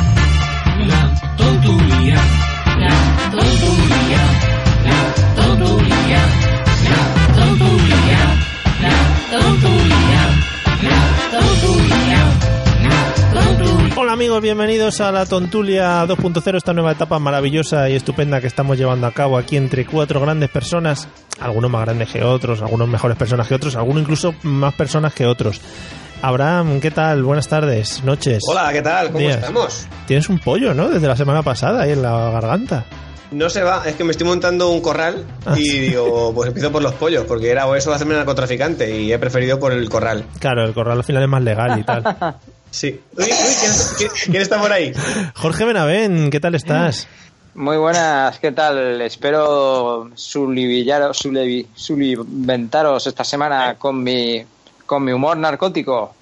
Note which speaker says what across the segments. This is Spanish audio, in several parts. Speaker 1: La tontulia, la tontulia, la tontulia, la tontulia, la tontulia, la tontulia, la tontulia.
Speaker 2: Hola amigos, bienvenidos a la Tontulia 2.0, esta nueva etapa maravillosa y estupenda que estamos llevando a cabo aquí entre cuatro grandes personas, algunos más grandes que otros, algunos mejores personas que otros, algunos incluso más personas que otros. Abraham, ¿qué tal? Buenas tardes, noches.
Speaker 3: Pues,
Speaker 4: Hola, ¿qué tal? ¿Cómo
Speaker 2: Días.
Speaker 4: estamos?
Speaker 2: Tienes un pollo, ¿no? Desde la semana pasada ahí en la garganta.
Speaker 4: No se va, es que me estoy montando un corral
Speaker 3: Ah,
Speaker 4: y digo, pues empiezo por los pollos, porque era o eso o hacerme narcotraficante y he preferido por el corral.
Speaker 2: Claro, el corral al final es más legal y tal.
Speaker 4: Sí. Uy, uy, ¿quién, quién- quién está por ahí?
Speaker 2: Jorge Benavén, ¿qué tal estás?
Speaker 3: Muy buenas, ¿qué tal? Espero sublivillaros, sublivi- subliventaros esta semana con mi, con mi humor narcótico.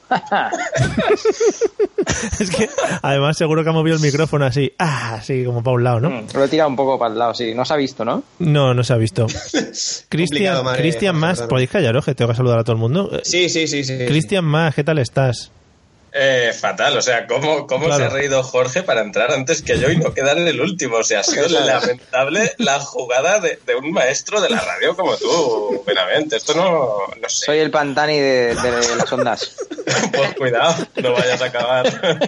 Speaker 2: es que además seguro que ha movido el micrófono así, ah, así como para un lado, ¿no?
Speaker 4: Mm.
Speaker 3: Lo he tirado un poco para el lado, sí. No se ha visto, ¿no?
Speaker 2: No, no se ha visto. Cristian,
Speaker 4: Complicado, madre,
Speaker 2: Cristian
Speaker 4: Jorge,
Speaker 2: Más,
Speaker 4: perdón.
Speaker 2: podéis callaros que tengo que saludar a todo el mundo. Eh,
Speaker 4: Sí, sí, sí, sí.
Speaker 2: Cristian Más, ¿qué tal estás?
Speaker 5: Eh, fatal, o sea, ¿cómo, cómo
Speaker 2: Claro.
Speaker 5: se ha reído Jorge para entrar antes que yo y no quedar en el último? O sea, ha sido lamentable la jugada de, de un maestro de la radio como tú, Benavente. Esto no, no sé,
Speaker 3: Soy el pantani de, de las ondas.
Speaker 5: pues cuidado, no vayas a acabar.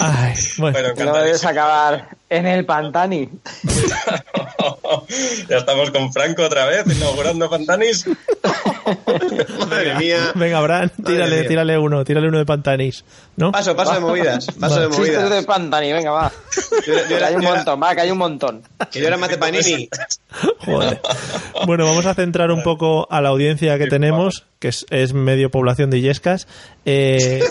Speaker 2: Ay, bueno.
Speaker 5: Bueno,
Speaker 3: No debes acabar en el pantani.
Speaker 5: encantadísimo. ya estamos con Franco otra vez, inaugurando Pantanis.
Speaker 4: Madre mía.
Speaker 2: Venga, Bran, tírale,
Speaker 4: mía.
Speaker 2: tírale uno, tírale uno de Pantanis, ¿no?
Speaker 4: Paso, paso de movidas, paso de
Speaker 3: Chistes
Speaker 4: movidas.
Speaker 3: de pantani, venga, va.
Speaker 4: Yo era- yo
Speaker 3: Que
Speaker 4: era-
Speaker 3: hay un
Speaker 4: yo era-
Speaker 3: montón, va, que hay un montón.
Speaker 4: que yo era mate panini.
Speaker 2: Joder. Bueno, vamos a centrar un poco a la audiencia que tenemos, que es, es medio población de Illescas. Eh,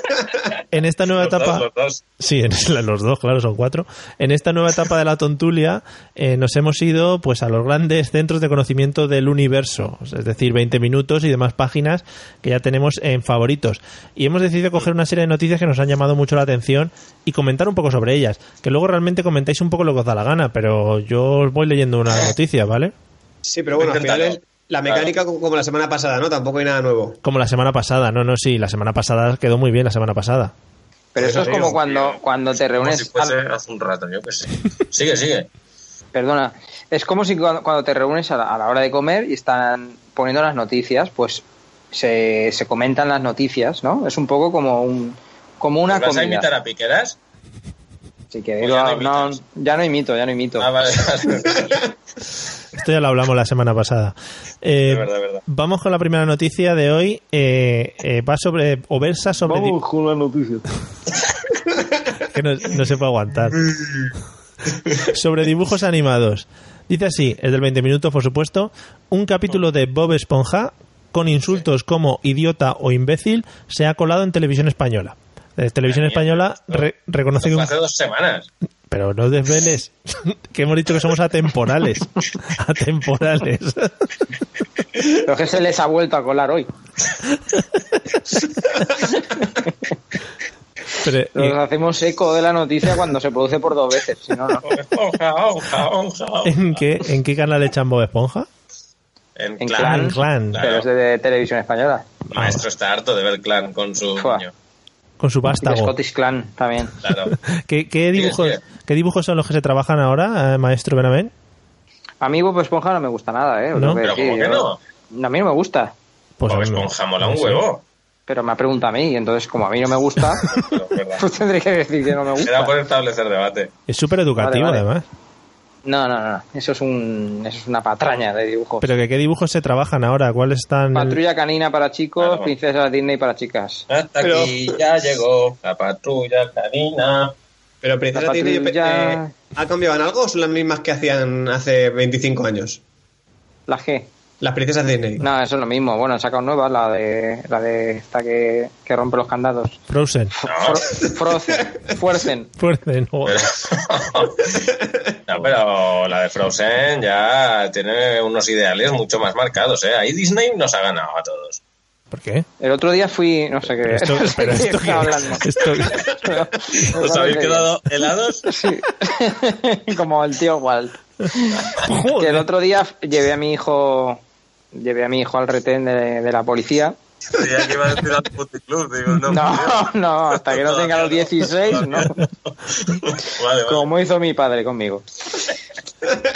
Speaker 2: en esta nueva
Speaker 5: Los dos,
Speaker 2: etapa...
Speaker 5: los dos.
Speaker 2: Sí, en la- los dos, claro, son cuatro. En esta nueva etapa de la tontulia eh, nos hemos ido pues a los grandes centros de conocimiento del universo, es decir, 20 minutos y demás páginas que ya tenemos en favoritos. Y hemos decidido coger una serie de noticias que nos han llamado mucho la atención y comentar un poco sobre ellas, que luego realmente comentáis un poco lo que os da la gana, pero yo os voy leyendo una noticia, ¿vale?
Speaker 4: Sí, pero bueno, al final es la mecánica co- como la semana pasada, ¿no? Tampoco hay nada nuevo.
Speaker 2: Como la semana pasada, no, no, sí, la semana pasada quedó muy bien la semana pasada.
Speaker 3: Pero eso es
Speaker 5: Eso digo,
Speaker 3: como cuando,
Speaker 5: tío.
Speaker 3: cuando te
Speaker 5: Como
Speaker 3: reúnes...
Speaker 5: si fuese hace un rato, yo que sé. Sigue, sigue.
Speaker 3: Perdona, es como si cuando, cuando te reúnes a la, a la hora de comer y están poniendo las noticias, pues se, se comentan las noticias, ¿no? Es un poco como un como una
Speaker 5: Pues ¿Vas a
Speaker 3: comida.
Speaker 5: invitar a Piqueras?
Speaker 3: Así que
Speaker 5: o
Speaker 3: digo,
Speaker 5: ya no
Speaker 3: no,
Speaker 5: imitas?
Speaker 3: ya no imito, ya no imito.
Speaker 5: Ah, vale, vale.
Speaker 2: Eh, Esto ya lo hablamos la semana pasada. Eh,
Speaker 5: Es verdad, es verdad.
Speaker 2: Vamos con la primera noticia de hoy. Eh, eh, va sobre o versa sobre di-
Speaker 3: con la noticia.
Speaker 2: que no, no se puede aguantar. sobre dibujos animados. Dice así, el del 20 minutos, por supuesto, un capítulo de Bob Esponja con insultos como idiota o imbécil se ha colado en televisión española. Eh, televisión española re- reconoce que
Speaker 5: Fue
Speaker 2: un
Speaker 5: hace dos semanas.
Speaker 2: Pero no desveles, que hemos dicho que somos atemporales. Atemporales.
Speaker 3: Pero que se les ha vuelto a colar hoy.
Speaker 2: Pero,
Speaker 3: Nos
Speaker 2: eh,
Speaker 3: hacemos eco de la noticia cuando se produce por dos veces, si no, no.
Speaker 5: Onja, onja, onja, onja.
Speaker 2: ¿en, qué, ¿En qué canal echan Bob Esponja?
Speaker 5: En
Speaker 3: En
Speaker 5: clan.
Speaker 2: En Clan,
Speaker 5: Claro.
Speaker 3: Pero es de, de televisión española.
Speaker 5: El maestro está harto de ver clan con su
Speaker 3: Fua.
Speaker 5: niño.
Speaker 2: con su
Speaker 3: Y de
Speaker 2: vástago.
Speaker 3: Scottish Clan también.
Speaker 5: Claro.
Speaker 2: ¿Qué, qué dibujos,
Speaker 5: Sigue,
Speaker 2: ¿Qué dibujos son los que se trabajan ahora, eh, maestro Benavén?
Speaker 3: A mí Bob Esponja no me gusta nada, ¿eh? Os
Speaker 2: ¿No?
Speaker 3: tengo
Speaker 5: Pero
Speaker 3: decir,
Speaker 5: ¿cómo que
Speaker 3: yo- A mí no me gusta.
Speaker 2: Pues
Speaker 5: Bob
Speaker 2: a mí no.
Speaker 5: Esponja mola un
Speaker 2: No sé.
Speaker 5: huevo.
Speaker 3: pero me ha preguntado a mí, y entonces como a mí no me gusta,
Speaker 5: Pero es verdad.
Speaker 3: pues tendré que decir que no me gusta.
Speaker 5: Era por establecer debate.
Speaker 2: Es súper educativo,
Speaker 3: Vale, vale.
Speaker 2: además.
Speaker 3: No, no, no, no. eso es un eso es una patraña de dibujos.
Speaker 2: Pero que, ¿qué dibujos se trabajan ahora? ¿Cuáles están...?
Speaker 3: Pues Patrulla canina para chicos,
Speaker 5: Claro.
Speaker 3: princesa Disney para chicas.
Speaker 5: Hasta
Speaker 4: Pero-
Speaker 5: aquí ya llegó la patrulla canina.
Speaker 4: Pero Princesa
Speaker 3: La
Speaker 4: Disney
Speaker 3: patrulla-
Speaker 4: eh, ¿ha cambiado en algo o son las mismas que hacían hace 25 años?
Speaker 3: La G.
Speaker 4: Las princesas Disney.
Speaker 3: No, eso es lo mismo. Bueno, han sacado nueva, la de, la de esta que, que rompe los candados.
Speaker 2: Frozen.
Speaker 3: Fro- Frozen, Fuercen.
Speaker 2: Fuerte, no.
Speaker 5: No, pero la de Frozen ya tiene unos ideales mucho más marcados, ¿eh? Ahí Disney nos ha ganado a todos.
Speaker 2: ¿Por qué?
Speaker 3: El otro día fui, no sé qué,
Speaker 2: Esto,
Speaker 3: no sé
Speaker 2: pero
Speaker 3: qué
Speaker 2: esto
Speaker 3: estaba
Speaker 2: qué-
Speaker 3: hablando.
Speaker 2: esto-
Speaker 5: ¿Os habéis quedado helados?
Speaker 3: Sí. Como el tío Walt. Que el
Speaker 2: Joder.
Speaker 3: otro día llevé a mi hijo llevé a mi hijo al retén de, de la policía.
Speaker 5: Creía que iba a decir al puticlub, digo, no.
Speaker 3: No, no, hasta que no tenga los 16, no.
Speaker 5: Vale, vale.
Speaker 3: Como hizo mi padre conmigo.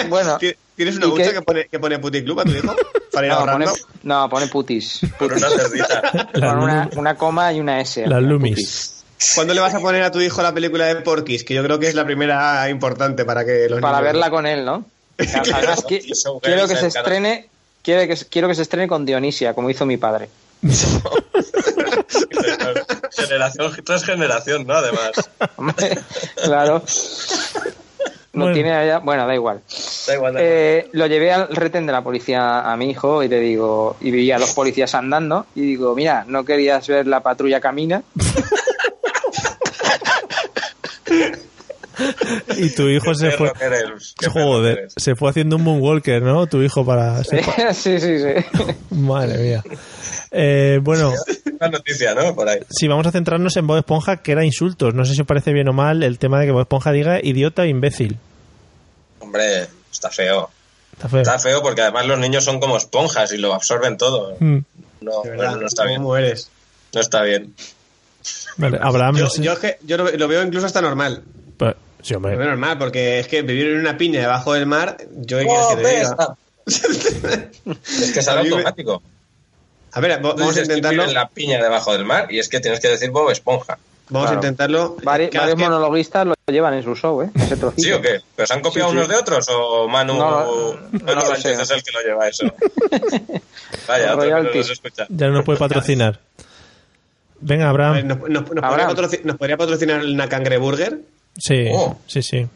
Speaker 3: Bueno,
Speaker 4: ¿Ti- ¿Tienes una
Speaker 3: ¿Y
Speaker 4: hucha
Speaker 3: qué?
Speaker 4: que pone, que pone puticlub a tu hijo? Para ir
Speaker 3: no, pone,
Speaker 4: ahorrando.
Speaker 3: no, pone putis.
Speaker 5: Con una cerdita.
Speaker 3: Con una, una coma y una S.
Speaker 2: Las
Speaker 3: Putis.
Speaker 2: Lumis.
Speaker 4: ¿Cuándo le vas a poner a tu hijo la película de Porky's? Que yo creo que es la primera importante para que los
Speaker 3: Para
Speaker 4: niños-
Speaker 3: verla con él, ¿no? Además, qui-
Speaker 5: Eso,
Speaker 3: quiero que
Speaker 5: eso,
Speaker 3: se
Speaker 5: claro.
Speaker 3: estrene. Quiero que, quiero que se estrene con Dionisia, como hizo mi padre.
Speaker 5: Generación, tras generación, ¿no? Además.
Speaker 3: Hombre, claro. No
Speaker 2: Bueno.
Speaker 3: tiene allá. Bueno, da igual.
Speaker 5: Da igual. da igual.
Speaker 3: Eh, lo llevé al retén de la policía a mi hijo y le digo, y vi a los policías andando y digo, mira, ¿no querías ver la patrulla camina?
Speaker 2: Y tu hijo se
Speaker 5: Qué
Speaker 2: fue.
Speaker 5: rocker eres, qué rocker
Speaker 2: Joder,
Speaker 5: eres.
Speaker 2: se fue haciendo un moonwalker, ¿no? Tu hijo para.
Speaker 3: sí, sí, sí.
Speaker 2: Madre mía. Eh, bueno,
Speaker 5: Una noticia, ¿no? Por ahí.
Speaker 2: si vamos a centrarnos en Bob Esponja, que era insultos. No sé si os parece bien o mal el tema de que Bob Esponja diga idiota o imbécil.
Speaker 5: Hombre, está feo.
Speaker 2: Está feo.
Speaker 5: Está feo porque además los niños son como esponjas y lo absorben todo.
Speaker 2: Mm,
Speaker 5: No,
Speaker 4: De verdad,
Speaker 5: no, no está bien.
Speaker 4: ¿Cómo eres?
Speaker 5: No está bien.
Speaker 2: vale, Abraham,
Speaker 4: Yo,
Speaker 2: no sé.
Speaker 4: yo es que- yo lo, lo veo incluso hasta normal.
Speaker 2: Pero- sí, hombre.
Speaker 4: Lo veo normal, porque es que vivir en una piña debajo del mar, yo qué quieres
Speaker 5: ¡Oh,
Speaker 4: que te diga.
Speaker 5: besta! es que
Speaker 4: A
Speaker 5: sale
Speaker 4: mí me-
Speaker 5: automático.
Speaker 4: A ver, vo-
Speaker 5: Tú
Speaker 4: vamos a
Speaker 5: dices que
Speaker 4: intentarlo.
Speaker 5: viven la piña debajo del mar y es que tienes que decir Bob Esponja.
Speaker 4: Vamos a
Speaker 3: Claro.
Speaker 4: intentarlo.
Speaker 3: Vari-
Speaker 4: Cada
Speaker 3: varios
Speaker 4: vez que-
Speaker 3: monologuistas lo llevan en su show, ¿eh? Ese trocito.
Speaker 5: ¿Sí o qué? ¿Pero se han copiado
Speaker 3: Sí, sí.
Speaker 5: unos de otros o Manu,
Speaker 3: No, no
Speaker 5: Manu
Speaker 3: lo sé.
Speaker 5: Sánchez es el que lo lleva eso? Vaya, otro que no
Speaker 3: Royalties.
Speaker 5: nos escucha.
Speaker 2: Ya no nos puede patrocinar. Venga, Abraham.
Speaker 4: nos, nos- nos podría
Speaker 3: Abraham.
Speaker 4: patrocin- ¿Nos podría patrocinar una cangreburger?
Speaker 2: Sí,
Speaker 5: Oh.
Speaker 2: sí, sí.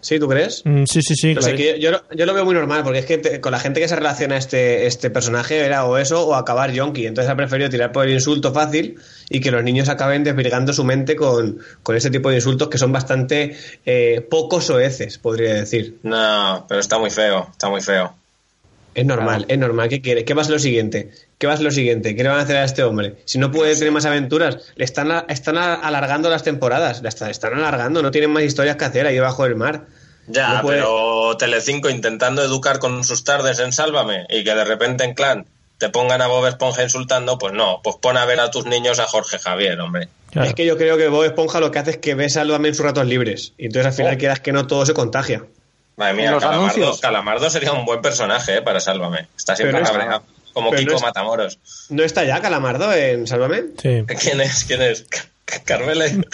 Speaker 4: ¿Sí, tú crees?
Speaker 2: Mm, Sí, sí, sí.
Speaker 4: No sé,
Speaker 2: claro.
Speaker 4: que yo, yo lo- yo lo veo muy normal, porque es que te- con la gente que se relaciona este, este personaje era o eso o acabar yonki. Entonces ha preferido tirar por el insulto fácil y que los niños acaben desvirgando su mente con, con ese tipo de insultos que son bastante eh, poco soeces, podría decir.
Speaker 5: No, pero está muy feo, está muy feo.
Speaker 4: Es normal, es normal. ¿Qué quiere? ¿Qué va a ser lo siguiente? ¿Qué va a ser lo siguiente? ¿Qué le van a hacer a este hombre? Si no puede tener más aventuras, le están, a- están a- alargando las temporadas, la están, están alargando, no tienen más historias que hacer ahí debajo del mar.
Speaker 5: Ya,
Speaker 4: No puede-
Speaker 5: pero Telecinco intentando educar con sus tardes en Sálvame y que de repente en Clan te pongan a Bob Esponja insultando, pues no, pues pon a ver a tus niños a Jorge Javier, hombre.
Speaker 2: Claro.
Speaker 4: Es que yo creo que Bob Esponja lo que hace es que ve Sálvame en sus ratos libres. Y entonces al final
Speaker 5: Oh.
Speaker 4: quieras que no todo se contagia.
Speaker 5: Madre mía,
Speaker 3: En los
Speaker 5: Calamardo,
Speaker 3: anuncios.
Speaker 5: Calamardo sería un buen personaje eh, para Sálvame. Está siempre
Speaker 4: Pero no es-
Speaker 5: cabreado, como
Speaker 4: pero
Speaker 5: Kiko
Speaker 4: no es-
Speaker 5: Matamoros.
Speaker 4: ¿No está ya Calamardo en Sálvame?
Speaker 2: Sí.
Speaker 5: ¿Quién es? ¿Quién es? Car- Carmele.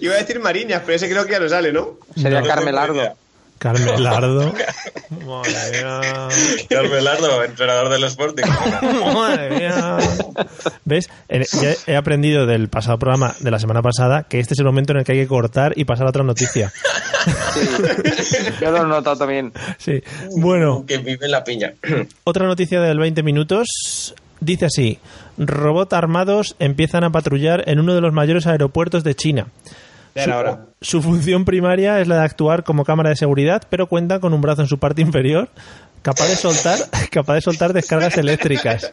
Speaker 4: Iba a decir Mariñas, pero ese creo que ya no sale, ¿no?
Speaker 3: Sería
Speaker 5: No.
Speaker 3: Carmelardo.
Speaker 2: Carmelardo. Madre mía.
Speaker 5: Carmelardo, entrenador del Sporting.
Speaker 2: Madre mía. ¿Ves? En- Ya he aprendido del pasado programa de la semana pasada que este es el momento en el que hay que cortar y pasar a otra noticia.
Speaker 3: Yo lo he notado también.
Speaker 2: Sí. Bueno,
Speaker 5: que vive en la piña.
Speaker 2: otra noticia del 20 minutos dice así: Robot armados empiezan a patrullar en uno de los mayores aeropuertos de China.
Speaker 4: Ya era hora.
Speaker 2: Su función primaria es la de actuar como cámara de seguridad, pero cuenta con un brazo en su parte inferior capaz de soltar, capaz de soltar descargas eléctricas.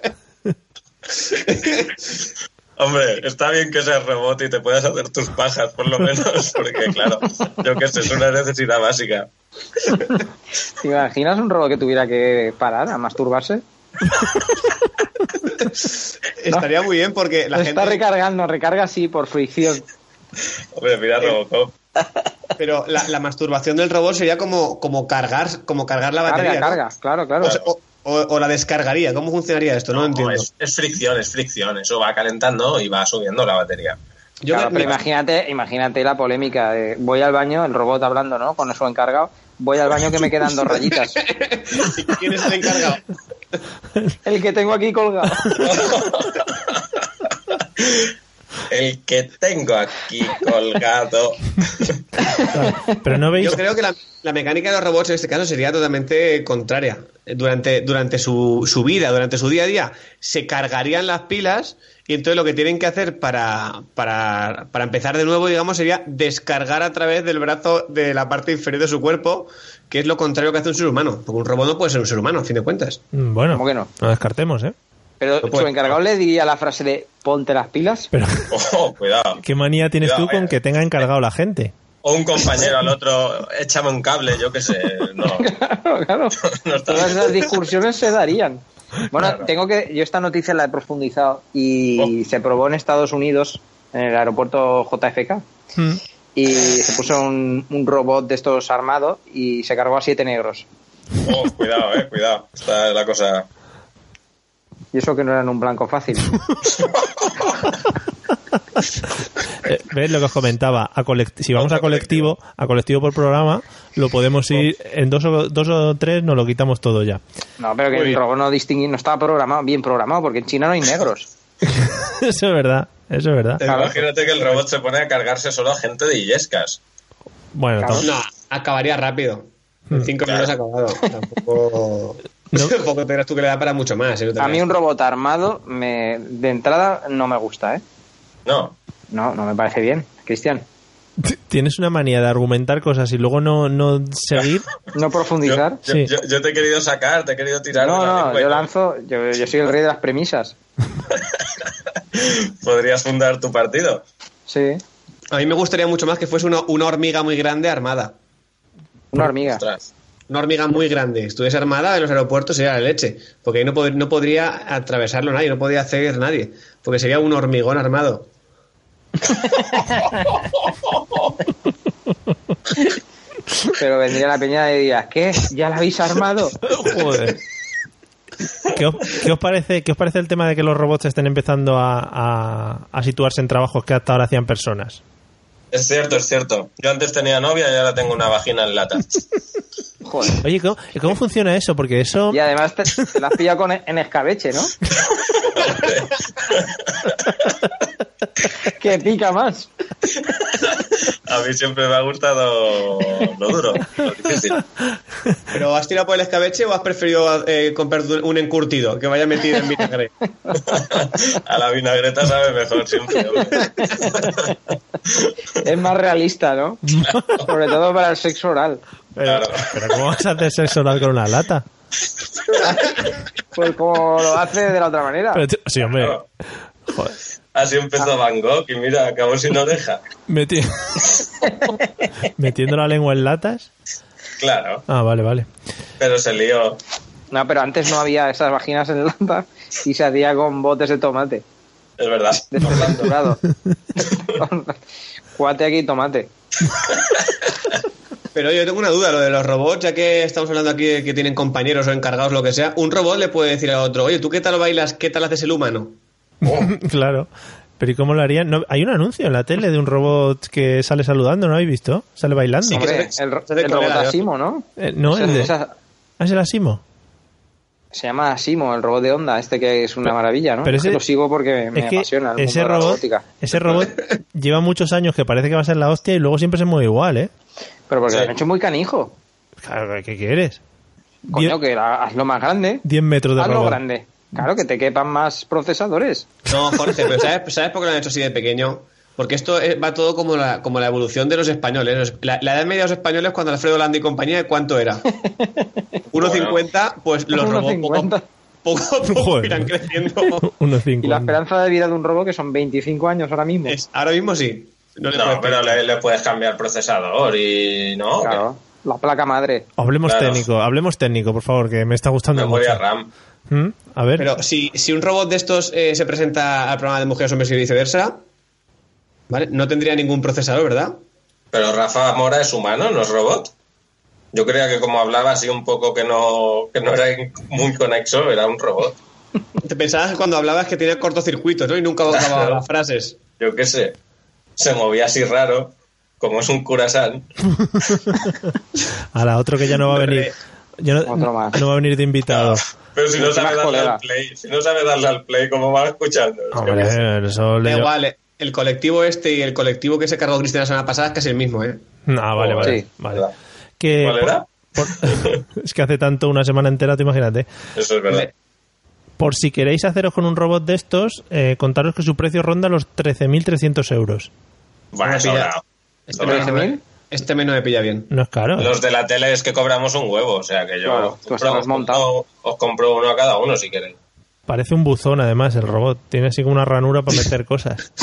Speaker 5: Hombre, está bien que seas rebote y te puedas hacer tus pajas, por lo menos, porque claro, yo que sé, es una necesidad básica.
Speaker 3: ¿Te imaginas un robot que tuviera que parar a masturbarse?
Speaker 4: Estaría muy bien porque la
Speaker 3: Está
Speaker 4: gente.
Speaker 3: recargando, recarga así por fricción.
Speaker 5: Hombre, mira Robocop.
Speaker 4: Pero la, la masturbación del robot sería como, como, cargar, como cargar la
Speaker 3: Carga,
Speaker 4: batería. ¿no? Pues,
Speaker 3: carga, claro, claro.
Speaker 4: O, sea, o- o- o la descargaría. ¿Cómo funcionaría esto? No, lo entiendo.
Speaker 5: es, es fricción, es fricción. Eso va calentando y va subiendo la batería.
Speaker 4: Yo
Speaker 3: Claro,
Speaker 4: me-
Speaker 3: pero
Speaker 4: me-
Speaker 3: imagínate, imagínate la polémica de voy al baño, el robot hablando, ¿no? Con eso encargado, voy al baño que me quedan dos rayitas.
Speaker 4: ¿Quién es el encargado? Pues
Speaker 3: El que tengo aquí colgado.
Speaker 5: el que tengo aquí colgado.
Speaker 2: Pero no veis.
Speaker 4: Yo creo que la, la mecánica de los robots en este caso sería totalmente contraria. Durante, durante su, su vida, durante su día a día, se cargarían las pilas y entonces lo que tienen que hacer para, para, para empezar de nuevo, digamos, sería descargar a través del brazo de la parte inferior de su cuerpo, que es lo contrario que hace un ser humano. Porque un robot no puede ser un ser humano, a fin de cuentas.
Speaker 2: Mm, Bueno,
Speaker 3: ¿Cómo que no?
Speaker 2: descartemos, ¿eh?
Speaker 3: Pero
Speaker 4: puede.
Speaker 3: su encargado le diría la frase de ponte las pilas.
Speaker 2: Pero,
Speaker 5: Oh, cuidado.
Speaker 2: ¿qué manía tienes tú con que tenga encargado la gente?
Speaker 5: O un compañero al otro, échame un cable, yo qué sé. No,
Speaker 3: Claro, claro.
Speaker 5: no está
Speaker 3: Todas esas discusiones se darían. Bueno,
Speaker 5: Claro. Oh.
Speaker 3: tengo que. Yo esta noticia la he profundizado y se probó en Estados Unidos, en el aeropuerto JFK.
Speaker 2: Mm.
Speaker 3: Y se puso un, un robot de estos armados y se cargó a siete negros.
Speaker 5: Oh, cuidado, eh, cuidado. Está la cosa.
Speaker 3: Y eso que no eran un blanco fácil.
Speaker 2: Eh, ¿Ves lo que os comentaba? A colect- si vamos a
Speaker 5: Otro
Speaker 2: colectivo, a colectivo por programa, lo podemos ir en dos o, dos o tres, nos lo quitamos todo ya.
Speaker 3: No, pero que
Speaker 4: Muy
Speaker 3: el
Speaker 4: bien.
Speaker 3: robot no distinguí, no estaba programado, bien programado, porque en China no hay negros.
Speaker 2: eso es verdad, eso es verdad.
Speaker 3: Claro.
Speaker 5: Imagínate que el robot se pone a cargarse solo a gente de Illescas.
Speaker 2: Bueno,
Speaker 3: Claro.
Speaker 2: tam-
Speaker 4: No, acabaría rápido.
Speaker 3: Hmm.
Speaker 4: En cinco minutos acabado. Tampoco.
Speaker 2: No.
Speaker 4: Tampoco tendrás tú que le da para mucho más. ¿eh? No te
Speaker 3: A mí
Speaker 4: creas.
Speaker 3: un robot armado me, de entrada no me gusta, ¿eh?
Speaker 5: No.
Speaker 3: No, no me parece bien, Cristian.
Speaker 2: t- tienes una manía de argumentar cosas y luego no, no seguir.
Speaker 3: No
Speaker 5: Yo,
Speaker 3: profundizar.
Speaker 5: yo-
Speaker 2: Sí.
Speaker 5: yo- yo te he querido sacar, te he querido tirar. de
Speaker 3: No,
Speaker 5: la
Speaker 3: no,
Speaker 5: lengua y
Speaker 3: yo lanzo, yo, yo soy el rey de las premisas.
Speaker 5: Podrías fundar tu partido.
Speaker 3: Sí,
Speaker 4: A mí me gustaría mucho más que fuese una, una hormiga muy grande armada.
Speaker 3: una hormiga.
Speaker 5: Ostras.
Speaker 4: Una hormiga muy grande. Estuviese armada en los aeropuertos sería la leche. Porque ahí no, pod- no podría atravesarlo nadie, no podría acceder nadie. Porque sería un hormigón armado.
Speaker 3: Pero vendría la peña y diría, ¿qué? ¿Ya la habéis armado?
Speaker 2: Joder. ¿Qué os, qué os parece, ¿Qué os parece el tema de que los robots estén empezando a, a- a situarse en trabajos que hasta ahora hacían personas?
Speaker 5: Es cierto, es cierto. Yo antes tenía novia y ahora tengo una vagina en lata.
Speaker 3: Joder.
Speaker 2: Oye, ¿cómo, cómo funciona eso? Porque eso...
Speaker 3: Y además te, te la has pillado con, en escabeche, ¿no? que pica más.
Speaker 5: A mí siempre me ha gustado lo duro, lo difícil.
Speaker 4: ¿Pero has tirado por el escabeche o has preferido eh, comprar un encurtido que vaya metido en vinagre?
Speaker 5: A la vinagreta sabe mejor siempre. hombre.
Speaker 3: Es más realista, ¿no? Sobre todo para el sexo oral.
Speaker 2: Pero, pero ¿cómo vas a hacer sexo oral con una lata?
Speaker 3: Pues como lo hace de la otra manera.
Speaker 2: Pero, tío, sí, hombre.
Speaker 5: Claro.
Speaker 2: Joder.
Speaker 5: Así empezó Van Gogh y mira, acabó sin oreja.
Speaker 2: Meti- ¿Metiendo la lengua en latas?
Speaker 5: Claro,
Speaker 2: Ah, vale, vale.
Speaker 5: pero se lió.
Speaker 3: No, pero antes no había esas vaginas en lata y se hacía con botes de tomate.
Speaker 5: Es verdad.
Speaker 3: De dorado. Cuate aquí tomate.
Speaker 4: Pero yo tengo una duda, lo de los robots, ya que estamos hablando aquí de que tienen compañeros o encargados, lo que sea, un robot le puede decir a otro, oye, ¿tú qué tal bailas? ¿Qué tal haces el humano?
Speaker 2: Claro. Pero ¿y cómo lo harían? No, hay un anuncio en la tele de un robot que sale saludando, ¿no habéis visto? Sale bailando.
Speaker 4: Sí, que-
Speaker 3: Hombre,
Speaker 4: se-
Speaker 3: el, ro-
Speaker 4: se hace
Speaker 3: el
Speaker 4: con
Speaker 3: robot
Speaker 4: el avión.
Speaker 3: Asimo, ¿no?
Speaker 2: Eh, no,
Speaker 3: Se-
Speaker 2: el de...
Speaker 3: esa-
Speaker 2: Ah, es el Asimo.
Speaker 3: se llama Asimo, el robot de onda, este que es una maravilla, ¿no?
Speaker 2: pero ese-
Speaker 3: lo sigo porque me
Speaker 2: es que
Speaker 3: apasiona. el mundo
Speaker 2: ese
Speaker 3: de la
Speaker 2: robot,
Speaker 3: robótica.
Speaker 2: ese robot lleva muchos años que parece que va a ser la hostia y luego siempre se mueve igual, ¿eh?
Speaker 3: Pero porque
Speaker 5: Sí.
Speaker 3: lo han hecho muy canijo.
Speaker 2: Claro, ¿qué quieres?
Speaker 3: Coño,
Speaker 2: Diez-
Speaker 3: que la- hazlo más grande.
Speaker 2: 10 metros de
Speaker 3: Hazlo
Speaker 2: robot.
Speaker 3: Ah, grande. Claro, que te quepan más procesadores.
Speaker 4: No, Jorge, pero ¿sabes, ¿sabes por qué lo han hecho así de pequeño? Porque esto eh, va todo como la, como la evolución de los españoles. Los- La, la edad media de los españoles cuando Alfredo Landa y compañía, ¿cuánto era? 1,50, pues los robots poco,
Speaker 3: 1,50.
Speaker 4: poco a poco
Speaker 2: Joder.
Speaker 4: irán creciendo.
Speaker 2: Unos 50.
Speaker 3: Y la esperanza de vida de un robot que son 25 años ahora mismo.
Speaker 4: Es- ahora mismo sí. No le puedes
Speaker 5: No, pero
Speaker 4: pegar.
Speaker 5: le, le puedes cambiar procesador y no.
Speaker 3: Claro, la placa madre.
Speaker 2: Hablemos
Speaker 5: Claro.
Speaker 2: técnico, hablemos técnico, por favor, que me está gustando
Speaker 5: Memoria
Speaker 2: mucho.
Speaker 5: RAM.
Speaker 2: ¿Mm? A ver,
Speaker 4: Pero si, si un robot de estos eh, se presenta al programa de mujeres, hombres y viceversa, ¿vale? No tendría ningún procesador, ¿verdad?
Speaker 5: Pero Rafa Mora es humano, no es robot. Yo creía que como hablaba así un poco que no, que no era in- muy conexo, era un robot.
Speaker 4: Te pensabas cuando hablabas que tenía cortocircuitos, ¿no? Y nunca acababa las frases.
Speaker 5: Yo qué sé. Se movía así raro, como es un curasán.
Speaker 2: a la otro que ya no va a venir. ya no,
Speaker 3: Otro más.
Speaker 2: no va a venir de invitado.
Speaker 5: Pero si no
Speaker 3: Mucho
Speaker 5: sabe
Speaker 3: más
Speaker 5: darle
Speaker 3: colega.
Speaker 5: al play, si no sabe darle al play, ¿cómo va escuchando? Es que
Speaker 2: Hombre, eso le
Speaker 4: Da
Speaker 2: lle-
Speaker 4: igual, eh, el colectivo este y el colectivo que se cargó Cristian la semana pasada es casi el mismo, ¿eh?
Speaker 2: No, Ah, vale, vale.
Speaker 3: Sí,
Speaker 2: vale.
Speaker 5: ¿verdad?
Speaker 2: Que,
Speaker 5: ¿Cuál era?
Speaker 2: por- es que hace tanto, una semana entera, te imagínate.
Speaker 5: Eso es verdad.
Speaker 2: Por si queréis haceros con un robot de estos, eh, contaros que su precio ronda los 13.300 euros.
Speaker 5: Bueno, sobrado.
Speaker 4: Este, me- este me,
Speaker 3: ¿Mil?
Speaker 4: este me no me pilla bien.
Speaker 2: No es caro. ¿eh?
Speaker 5: Los de la tele es que cobramos un huevo, o sea que yo
Speaker 3: Claro,
Speaker 5: os,
Speaker 3: tú estás
Speaker 5: compro,
Speaker 3: montado.
Speaker 5: os compro uno a cada uno si queréis.
Speaker 2: Parece un buzón, además, el robot. Tiene así como una ranura para meter cosas.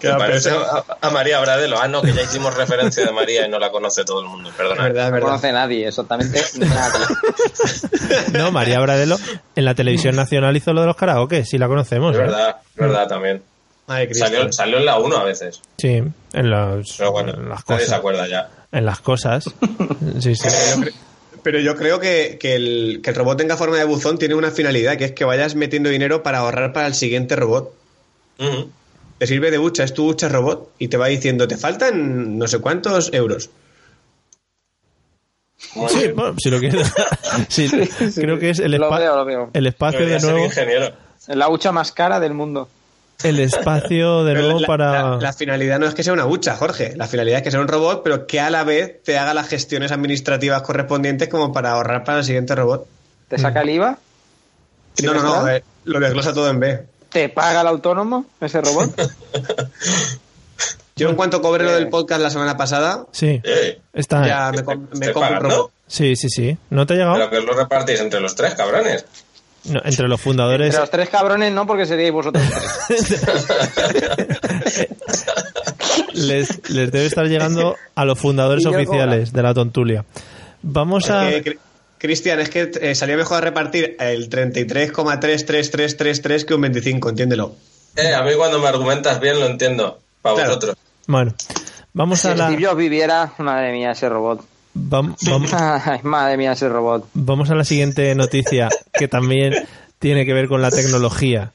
Speaker 5: Que parece a, a María Bradelo. Ah, no, que ya hicimos referencia de María y no la conoce todo el mundo,
Speaker 4: Es
Speaker 5: perdona.
Speaker 4: verdad, es
Speaker 3: No
Speaker 4: verdad.
Speaker 3: conoce nadie, exactamente nadie.
Speaker 2: No, María Bradelo en la televisión nacional hizo lo de los karaoke, sí la conocemos.
Speaker 5: Es
Speaker 2: ¿eh?
Speaker 5: verdad, es verdad también.
Speaker 4: Madre Cristo.
Speaker 5: Salió, salió en la 1 a veces,
Speaker 2: Sí, en, los-
Speaker 5: pero bueno,
Speaker 2: en las
Speaker 5: nadie se
Speaker 2: cosas.
Speaker 5: acuerda ya.
Speaker 2: En las cosas. Sí, sí.
Speaker 4: Pero yo creo que, que el, que el robot tenga forma de buzón tiene una finalidad, que es que vayas metiendo dinero para ahorrar para el siguiente robot.
Speaker 5: Ujú.
Speaker 4: Te sirve de hucha, es tu hucha robot y te va diciendo, te faltan no sé cuántos euros.
Speaker 5: Muy
Speaker 2: Sí,
Speaker 5: bien.
Speaker 2: bueno, si lo quieres. Sí,
Speaker 3: sí.
Speaker 2: creo que es el,
Speaker 3: Lo
Speaker 2: espa-
Speaker 3: veo, lo veo.
Speaker 2: el espacio
Speaker 5: Debería
Speaker 2: de
Speaker 5: ser
Speaker 2: nuevo.
Speaker 5: ingeniero.
Speaker 3: La hucha más cara del mundo.
Speaker 2: El espacio de
Speaker 4: Pero
Speaker 2: nuevo
Speaker 4: la,
Speaker 2: para.
Speaker 4: la- la finalidad no es que sea una hucha, Jorge. La finalidad es que sea un robot, pero que a la vez te haga las gestiones administrativas correspondientes como para ahorrar para el siguiente robot.
Speaker 3: ¿Te saca
Speaker 2: Mm.
Speaker 3: el IVA?
Speaker 4: No, no, no,
Speaker 3: ¿Trimestral?
Speaker 4: a ver, lo desglosa todo en B.
Speaker 3: ¿Te paga el autónomo ese robot?
Speaker 4: Yo en cuanto cobré lo
Speaker 3: Eh.
Speaker 4: del podcast la semana pasada,
Speaker 2: Sí,
Speaker 5: Eh,
Speaker 2: está.
Speaker 4: ya Ah, me, com- me
Speaker 5: ¿Estáis
Speaker 4: compro un
Speaker 5: pagando?
Speaker 4: robot.
Speaker 2: Sí, sí, sí. ¿No te ha llegado?
Speaker 5: Pero que os lo repartís entre los tres, cabrones.
Speaker 2: No, entre los fundadores.
Speaker 3: Pero los tres cabrones no, porque seríais vosotros.
Speaker 2: les, les debe estar llegando a los fundadores
Speaker 3: Y yo
Speaker 2: oficiales de la tontulia. Vamos a.
Speaker 4: Eh, Cri- Cristian, es que eh, salía mejor repartir el 33,33333 que un 25, entiéndelo.
Speaker 5: Eh, a mí cuando me argumentas bien lo entiendo. Para
Speaker 4: Claro.
Speaker 5: vosotros.
Speaker 2: Bueno, vamos
Speaker 3: Si
Speaker 2: a la.
Speaker 3: Steve Jobs viviera, madre mía, ese robot.
Speaker 2: vam- vam-
Speaker 3: Ay, madre mía, ese robot.
Speaker 2: Vamos a la siguiente noticia que también tiene que ver con la tecnología.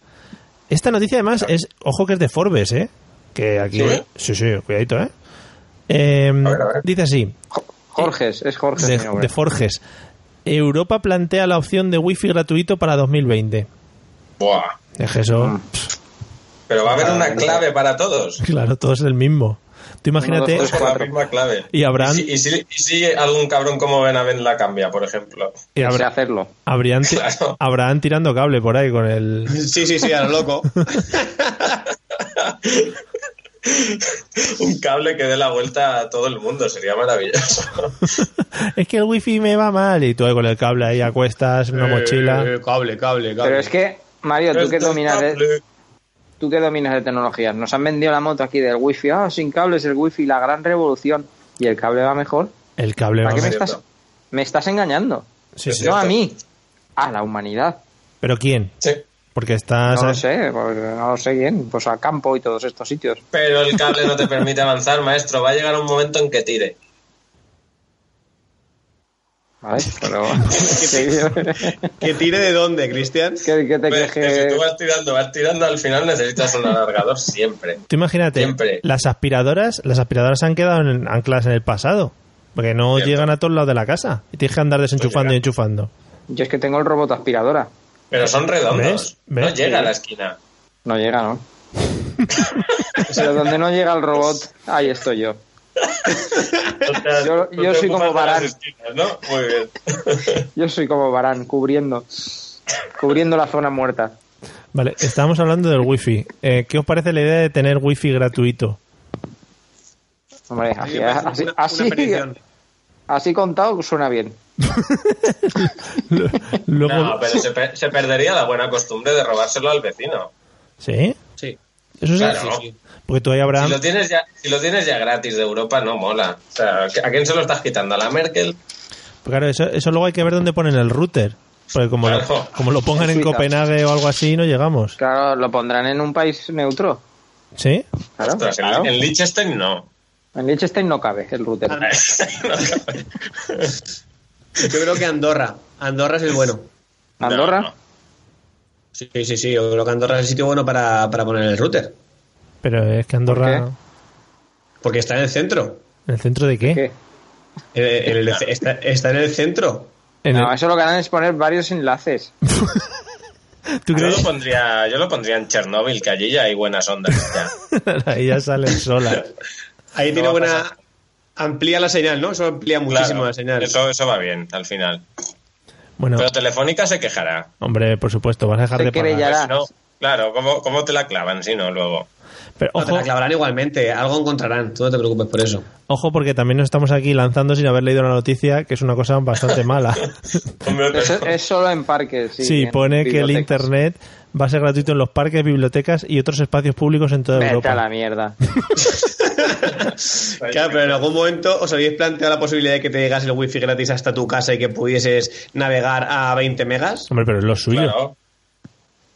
Speaker 2: Esta noticia además es, ojo que es de Forbes, ¿eh? Que aquí, sí, sí, cuidadito, ¿eh? Eh,
Speaker 5: ver, a ver.
Speaker 2: Dice así,
Speaker 3: Jorges, es Jorges.
Speaker 2: de,
Speaker 3: mi nombre.
Speaker 2: de Forges, Europa plantea la opción de wifi gratuito para 2020.
Speaker 5: Buah.
Speaker 2: Es que
Speaker 5: Ah.
Speaker 2: eso,
Speaker 5: Pero va a
Speaker 4: Ah,
Speaker 5: haber una clave para todos.
Speaker 2: claro, todo es el mismo. Tú imagínate,
Speaker 3: Uno, dos,
Speaker 5: Todos con la
Speaker 3: Cuatro.
Speaker 5: misma clave.
Speaker 2: Y habrán-
Speaker 5: si, y si- y si algún cabrón como Benavent la cambia, por ejemplo.
Speaker 2: y
Speaker 3: Sé
Speaker 2: habrá-
Speaker 3: hacerlo.
Speaker 2: habrían, ti-
Speaker 5: Claro.
Speaker 2: habrán tirando cable por ahí con el...
Speaker 4: Sí, sí, sí, a lo loco.
Speaker 5: Un cable que dé la vuelta a todo el mundo, sería maravilloso.
Speaker 2: Es que el wifi me va mal y tú ahí con el cable ahí a cuestas, una mochila.
Speaker 4: Eh, cable, cable, cable.
Speaker 3: Pero es que, Mario, tú que
Speaker 5: Esto es
Speaker 3: dominas ¿eh? de,
Speaker 5: cable.
Speaker 3: tú que dominas de tecnologías, nos han vendido la moto aquí del wifi, ah, sin cables el wifi, la gran revolución, y el cable va mejor.
Speaker 2: El cable
Speaker 3: ¿Para
Speaker 2: va
Speaker 3: qué me
Speaker 2: mal.
Speaker 5: cierto.
Speaker 3: estás, me estás engañando?
Speaker 2: Sí, sí.
Speaker 3: No a
Speaker 5: cierto.
Speaker 3: mí, a la humanidad.
Speaker 2: ¿Pero quién?
Speaker 5: Sí.
Speaker 2: Porque está...
Speaker 3: No lo
Speaker 2: ¿sabes?
Speaker 3: sé, pues, no lo sé quién, pues al campo y todos estos sitios.
Speaker 5: Pero el cable no te permite avanzar, maestro. Va a llegar un momento en que tire.
Speaker 3: ¿Vale? Pero, ¿Qué,
Speaker 4: ¿Que tire de dónde, Cristian?
Speaker 3: qué te crees
Speaker 5: Ves que Si
Speaker 3: que...?
Speaker 5: tú vas tirando, vas tirando, al final necesitas un alargador siempre.
Speaker 2: Tú imagínate,
Speaker 5: Siempre.
Speaker 2: las aspiradoras las aspiradoras han quedado en- ancladas en el pasado. Porque no
Speaker 5: Cierto. Pues
Speaker 2: llegan a todos lados de la casa. Y tienes que andar desenchufando
Speaker 5: llegan.
Speaker 2: y enchufando.
Speaker 3: Yo es que tengo el robot aspiradora.
Speaker 5: Pero son redondos.
Speaker 2: ¿Ves? ¿Ves?
Speaker 5: No llega a la esquina.
Speaker 3: No llega, ¿no? Pero donde no llega el robot, ahí estoy yo.
Speaker 5: O sea,
Speaker 3: Yo-
Speaker 5: tú
Speaker 3: yo
Speaker 5: te
Speaker 3: soy como
Speaker 5: ocupas de
Speaker 3: Barán.
Speaker 5: las esquinas, ¿no? Muy bien.
Speaker 3: Yo soy como Barán, cubriendo, cubriendo la zona muerta.
Speaker 2: Vale, estábamos hablando del wifi. Eh, ¿Qué os parece la idea de tener wifi gratuito?
Speaker 3: Hombre, así,
Speaker 5: pues,
Speaker 4: Una-
Speaker 3: así,
Speaker 4: una
Speaker 3: así,
Speaker 4: petición.
Speaker 3: así contado suena bien.
Speaker 2: Luego...
Speaker 5: No, pero se, pe- se perdería la buena costumbre de robárselo al vecino.
Speaker 2: ¿Sí?
Speaker 4: Sí.
Speaker 2: Eso sí.
Speaker 5: Claro.
Speaker 2: Porque tú ahí habrá...
Speaker 5: Si lo, tienes ya, si lo tienes ya gratis de Europa, no mola. O sea, ¿a quién se lo estás quitando? ¿A la Merkel?
Speaker 2: pues Claro, eso, eso luego hay que ver dónde ponen el router. Porque como,
Speaker 5: Claro.
Speaker 2: lo, como lo pongan en
Speaker 3: Suiza.
Speaker 2: Copenhague o algo así, no llegamos.
Speaker 3: Claro, lo pondrán en un país neutro.
Speaker 2: ¿Sí?
Speaker 3: Claro,
Speaker 5: Ostras, en-
Speaker 3: Ah, claro.
Speaker 5: en, Liechtenstein no.
Speaker 3: En Liechtenstein no cabe el
Speaker 5: Ah,
Speaker 3: router.
Speaker 4: Yo creo que Andorra. Andorra es el bueno.
Speaker 3: Andorra,
Speaker 5: No,
Speaker 4: Sí, sí, sí. Yo creo que Andorra es el sitio bueno para, para poner el router.
Speaker 2: Pero es que Andorra...
Speaker 3: ¿Por
Speaker 4: Porque está en el centro.
Speaker 2: ¿En el centro de qué?
Speaker 3: ¿qué?
Speaker 4: En el- en el- está, está en el centro.
Speaker 2: En
Speaker 3: No,
Speaker 2: el-
Speaker 3: eso lo que harán es poner varios enlaces.
Speaker 2: ¿Tú
Speaker 5: Yo lo
Speaker 2: crees?
Speaker 5: pondría, yo lo pondría en Chernóbil, que allí ya hay buenas ondas. ya.
Speaker 2: Ahí ya salen sola.
Speaker 4: Ahí
Speaker 5: No
Speaker 4: tiene
Speaker 5: va a
Speaker 4: buena.
Speaker 5: pasar.
Speaker 4: Amplía la señal, ¿no? Eso amplía
Speaker 5: Claro,
Speaker 4: muchísimo la señal.
Speaker 5: Eso, eso va bien, al final.
Speaker 2: Bueno,
Speaker 5: Pero Telefónica se querellará.
Speaker 2: hombre, por supuesto, vas a dejar
Speaker 3: Se
Speaker 2: de pagar.
Speaker 3: querellará.
Speaker 5: Si no, claro, ¿cómo, ¿cómo te la clavan si no luego?
Speaker 2: Pero
Speaker 4: No, te
Speaker 2: ojo,
Speaker 4: la clavarán igualmente, algo encontrarán, tú no te preocupes por eso.
Speaker 2: ojo, porque también nos estamos aquí lanzando sin haber leído la noticia, que es una cosa bastante mala.
Speaker 5: Hombre,
Speaker 3: Es,
Speaker 5: pero-
Speaker 3: es solo en parques. Sí,
Speaker 2: Sí,
Speaker 3: en
Speaker 2: pone que el
Speaker 3: bibliotecas.
Speaker 2: Internet va a ser gratuito en los parques, bibliotecas y otros espacios públicos en toda
Speaker 3: Vete a
Speaker 2: Europa.
Speaker 3: la mierda.
Speaker 4: Claro, pero en algún momento os habéis planteado la posibilidad de que te llegase el wifi gratis hasta tu casa y que pudieses navegar a 20 megas.
Speaker 2: Hombre, pero es lo suyo.
Speaker 5: claro.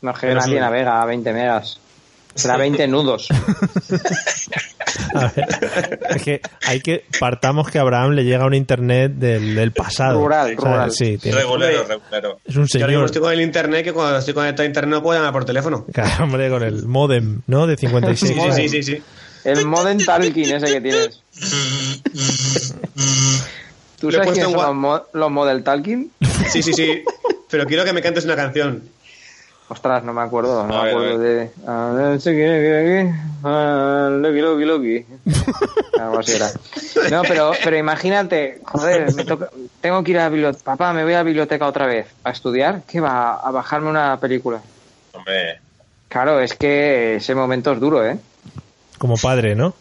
Speaker 3: No es que nadie navega a 20 megas. Será 20 nudos.
Speaker 2: A ver, es que hay que partamos que a Abraham le llega un internet del, del pasado.
Speaker 3: Rural, rural.
Speaker 2: Sí, tiene-
Speaker 5: Regulero, regulero.
Speaker 2: es un
Speaker 4: Yo ahora mismo
Speaker 2: señor.
Speaker 4: estoy con el internet que cuando estoy conectado a internet no puedo llamar por teléfono.
Speaker 2: Claro, hombre, con el modem, ¿no? De 56.
Speaker 4: Sí, sí, sí, sí, sí.
Speaker 3: El modem Talking ese que tienes. ¿Tú
Speaker 4: Le he
Speaker 3: sabes
Speaker 4: puesto
Speaker 3: quiénes
Speaker 4: en
Speaker 3: son
Speaker 4: gua-
Speaker 3: los, mo- los model Talking?
Speaker 4: Sí, sí, sí. Pero quiero que me cantes una canción.
Speaker 3: Ostras, no me acuerdo. No
Speaker 5: A
Speaker 3: me
Speaker 5: ver,
Speaker 3: acuerdo de. Ah, no sé qué, qué, qué. Ah, Loki, Loki, Loki. Algo así era. No, pero, pero imagínate, joder, me toca- tengo que ir a la biblioteca. Papá, me voy a la biblioteca otra vez. ¿A estudiar? ¿Qué va? ¿A bajarme una película?
Speaker 5: Hombre,
Speaker 3: Claro, es que ese momento es duro, ¿eh?
Speaker 2: Como padre, ¿no?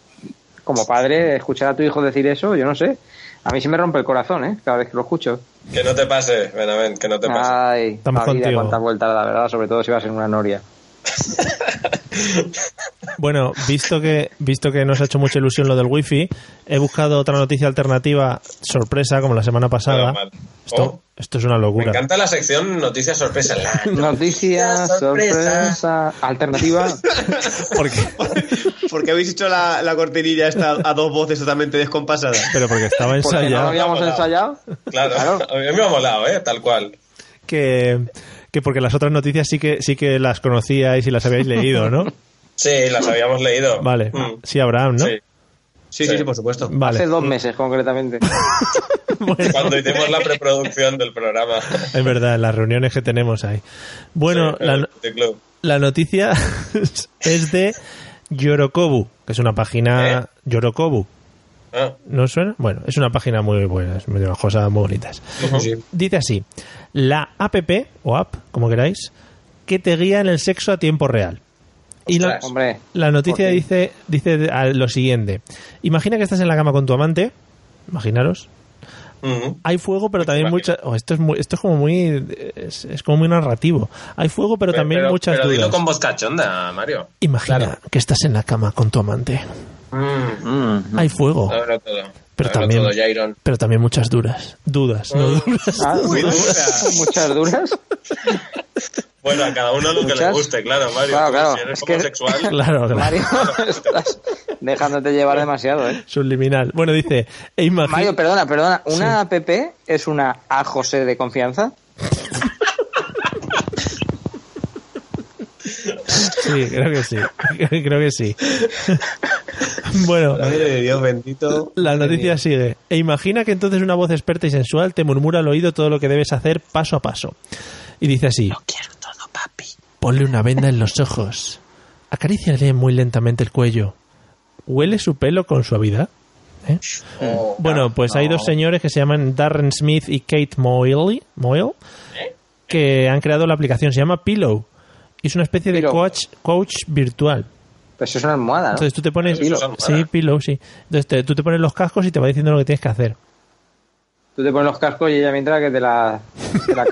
Speaker 3: Como padre, escuchar a tu hijo decir eso, yo no sé. A mí se me rompe el corazón, ¿eh? Cada vez que lo escucho.
Speaker 5: que no te pase, Benavent, que no
Speaker 3: Ah,
Speaker 5: te pase.
Speaker 3: Ay,
Speaker 2: Estamos
Speaker 3: la vida,
Speaker 2: contigo.
Speaker 3: cuántas vueltas, la verdad, sobre todo si vas en una noria.
Speaker 2: Bueno, visto que visto que nos ha hecho mucha ilusión lo del wifi, he buscado otra noticia alternativa sorpresa como la semana pasada.
Speaker 5: Nada mal.
Speaker 2: Esto,
Speaker 5: Oh,
Speaker 2: esto es una
Speaker 5: me
Speaker 2: locura.
Speaker 5: encanta la sección Noticias Sorpresa. La
Speaker 3: Noticia, sorpresa, alternativa.
Speaker 2: Porque
Speaker 4: Porque habéis hecho la, la cortinilla esta a dos voces totalmente descompasadas.
Speaker 2: pero porque estaba
Speaker 3: Porque no lo
Speaker 2: ensayado
Speaker 3: habíamos
Speaker 5: Vamos a-
Speaker 3: ensayado.
Speaker 5: Claro,
Speaker 3: Claro.
Speaker 5: a mí me ha molado, ¿eh? Tal cual.
Speaker 2: que que porque las otras noticias sí que sí que las conocíais y las habíais leído, ¿no?
Speaker 5: Sí, las habíamos leído.
Speaker 2: Vale.
Speaker 5: Mm,
Speaker 2: Sí, Abraham, ¿no?
Speaker 5: sí.
Speaker 4: Sí, sí, sí, por supuesto.
Speaker 2: Vale.
Speaker 3: Hace dos meses, concretamente.
Speaker 2: Bueno.
Speaker 5: Cuando hicimos la preproducción del programa.
Speaker 2: Es verdad, las reuniones que tenemos ahí. Bueno,
Speaker 5: Sí, eh.
Speaker 2: la, no-
Speaker 5: de club.
Speaker 2: la noticia es de Yorokobu, que es una
Speaker 5: Eh.
Speaker 2: página Yorokobu.
Speaker 5: Ah,
Speaker 2: ¿No os suena? Bueno, es una página muy buena, es de cosas muy bonitas.
Speaker 4: Sí, sí.
Speaker 2: Dice así, la app o app, como queráis, que te guía en el sexo a tiempo real. Y la,
Speaker 5: Ostras.
Speaker 3: Hombre,
Speaker 2: la noticia
Speaker 3: Ok.
Speaker 2: dice, dice de- a- lo siguiente. Imagina que estás en la cama con tu amante, imaginaros,
Speaker 5: ujú.
Speaker 2: hay fuego, pero también
Speaker 5: Imagino.
Speaker 2: muchas. oh, esto es muy, esto es como muy, es, es como muy narrativo. Hay fuego, pero también muchas
Speaker 5: pero
Speaker 2: dudas.
Speaker 5: dilo con voz cachonda, Mario.
Speaker 2: Imagina que estás en la cama con tu amante.
Speaker 5: Mm,
Speaker 2: Hay fuego,
Speaker 5: ahora todo.
Speaker 2: pero
Speaker 5: Ahora
Speaker 2: también,
Speaker 5: todo, Jairon.
Speaker 2: pero también muchas dudas, dudas, no dudas.
Speaker 3: ah,
Speaker 4: Muy dura.
Speaker 3: muchas duras.
Speaker 5: Bueno, a cada uno lo que le
Speaker 3: Muchas.
Speaker 5: guste, claro, Mario.
Speaker 3: Claro,
Speaker 5: Tú,
Speaker 3: claro.
Speaker 5: Si eres
Speaker 3: Es que-
Speaker 5: homosexual,
Speaker 2: Claro, claro.
Speaker 3: Mario, estás dejándote llevar demasiado, ¿eh?
Speaker 2: Subliminal. Bueno, dice, e imagi-
Speaker 3: Mario, perdona, perdona. ¿Una app es una A José de confianza?
Speaker 2: Sí, creo que sí. creo que sí. bueno,
Speaker 4: Madre de Dios bendito.
Speaker 2: La noticia sigue. E imagina que entonces una voz experta y sensual te murmura al oído todo lo que debes hacer paso a paso. Y dice así. Lo quiero todo, papi. Ponle una venda en los ojos. Acaríciale muy lentamente el cuello. Huele su pelo con suavidad. ¿Eh?
Speaker 5: Oh,
Speaker 2: Bueno, pues hay dos señores que se llaman Darren Smith y Kate Moyle, Moyle, que han creado la aplicación. Se llama Pillow. Y es una especie de
Speaker 3: Pillow.
Speaker 2: coach, coach virtual.
Speaker 3: Pues es una almohada, ¿no?
Speaker 2: Entonces tú te pones...
Speaker 5: Eso es algo
Speaker 2: Sí,
Speaker 5: raro.
Speaker 2: pillow, sí. Entonces te- tú te pones los cascos y te va diciendo lo que tienes que hacer.
Speaker 3: Tú te pones los cascos y ella mientras que te la... Te la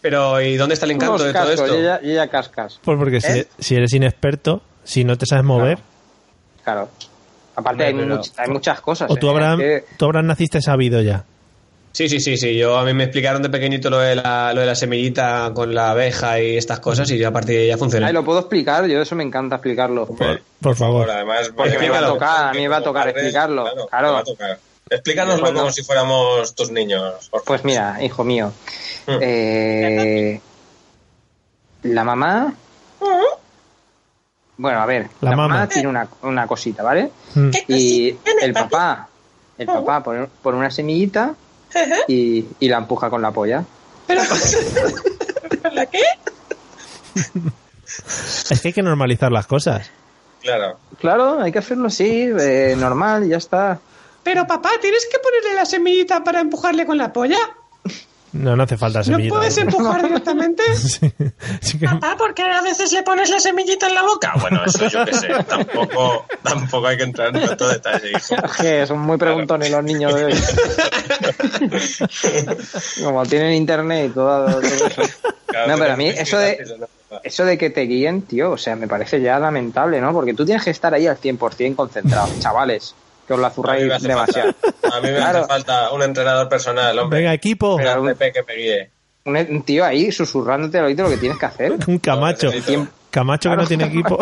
Speaker 4: Pero ¿y dónde está el ¿Eh? encanto
Speaker 3: los
Speaker 4: de todo
Speaker 3: cascos
Speaker 4: esto?
Speaker 3: y ella, y ella cascas,
Speaker 2: Pues porque si, si eres inexperto, si no te sabes mover,
Speaker 3: claro. Aparte hay,
Speaker 4: Hombre, pero-
Speaker 3: much- hay muchas cosas.
Speaker 2: o tú
Speaker 3: ¿eh?
Speaker 2: Abraham,
Speaker 3: Es que-
Speaker 2: tú Abraham naciste sabido ya.
Speaker 4: Sí, sí, sí, sí. Yo a mí me explicaron de pequeñito lo de la, lo de la semillita con la abeja y estas cosas y yo a partir de ahí ya funcioné.
Speaker 3: Ay, lo puedo explicar, yo eso me encanta explicarlo.
Speaker 5: Por,
Speaker 2: por favor.
Speaker 5: además,
Speaker 3: Porque me va a tocar, a mí me va a tocar
Speaker 5: Claro,
Speaker 3: explicarlo,
Speaker 5: me
Speaker 3: claro.
Speaker 5: va a tocar. Explícanoslo
Speaker 3: Cuando-
Speaker 5: como si fuéramos tus niños. por favor.
Speaker 3: Pues mira, hijo mío.
Speaker 5: Mm.
Speaker 3: eh, la mamá. Bueno, a ver,
Speaker 2: La
Speaker 3: la, mamá.
Speaker 2: mama.
Speaker 3: tiene una, una cosita, ¿vale?
Speaker 2: Mm.
Speaker 3: Y el papá, el papá pone, pone una semillita y, y la empuja con la polla.
Speaker 5: ¿La qué?
Speaker 2: Es que hay que normalizar las cosas.
Speaker 5: Claro.
Speaker 3: Claro, hay que hacerlo así, eh, normal, ya está.
Speaker 6: Pero papá, ¿tienes que ponerle la semillita para empujarle con la polla?
Speaker 2: No, no hace falta
Speaker 6: ¿No
Speaker 2: semillita.
Speaker 6: puedes empujar directamente?
Speaker 2: Sí, sí que-
Speaker 6: Papá, ¿por qué a veces le pones la semillita en la boca?
Speaker 5: Ah, bueno, eso yo qué sé. Tampoco, tampoco hay que entrar en tanto detalle, hijo.
Speaker 3: Que son muy preguntones los niños de hoy. Como tienen internet y todo, todo eso.
Speaker 5: Claro,
Speaker 3: No, pero a mí eso de-
Speaker 5: eso no-
Speaker 3: Eso de que te guíen, tío, o sea, me parece ya lamentable, ¿no? Porque tú tienes que estar ahí al 100% concentrado, chavales, que os la
Speaker 5: A mí
Speaker 3: zurráis
Speaker 5: me hace
Speaker 3: demasiado.
Speaker 5: falta, a mí me hace
Speaker 3: Claro.
Speaker 5: falta un entrenador personal, hombre.
Speaker 2: Venga, equipo.
Speaker 5: Venga, un PP que me guíe.
Speaker 3: Un, un tío ahí susurrándote al oído lo que tienes que hacer.
Speaker 2: Un Camacho.
Speaker 5: Necesito-
Speaker 2: Camacho que no tiene equipo.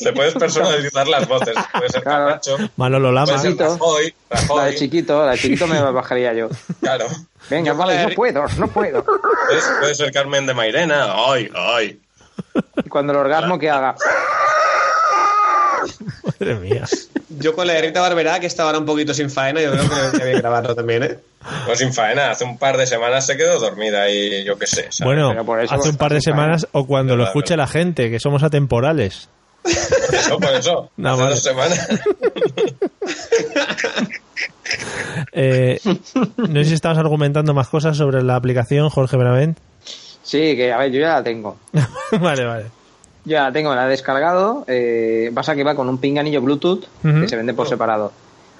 Speaker 5: Le puedes personalizar las voces. Puede ser
Speaker 3: Claro.
Speaker 5: Camacho,
Speaker 2: Manolo Lama.
Speaker 5: puede ser
Speaker 3: Masito.
Speaker 5: Rajoy,
Speaker 3: La de
Speaker 5: Rajoy,
Speaker 3: chiquito, la de chiquito me bajaría yo.
Speaker 5: claro.
Speaker 3: Venga,
Speaker 5: Yo
Speaker 3: vale,
Speaker 5: con la-
Speaker 3: no puedo, no puedo.
Speaker 5: Puede ser- Puede ser Carmen de Mairena, ay, ay.
Speaker 3: Y cuando el orgasmo que haga.
Speaker 2: Madre mía.
Speaker 4: Yo con la de Rita Barberá, que estaba ahora un poquito sin faena, yo creo que debería que grabarlo también, ¿eh?
Speaker 5: No sin faena, hace un par de semanas se quedó dormida y yo qué sé. ¿sabes?
Speaker 2: Bueno,
Speaker 3: Pero por eso
Speaker 2: hace un par de
Speaker 3: está
Speaker 2: semanas o cuando lo
Speaker 5: Claro.
Speaker 2: escuche la gente, que somos atemporales.
Speaker 5: Por eso, por eso.
Speaker 2: No, Pues
Speaker 5: hace
Speaker 2: vale.
Speaker 5: dos semanas.
Speaker 2: Eh, no sé si estabas argumentando más cosas sobre la aplicación, Jorge Benavent.
Speaker 3: Sí, que a ver, yo ya la tengo.
Speaker 2: vale, vale.
Speaker 3: Ya la tengo, la he descargado. Eh, pasa que va con un pinganillo Bluetooth
Speaker 2: Ujú.
Speaker 3: que se vende por separado.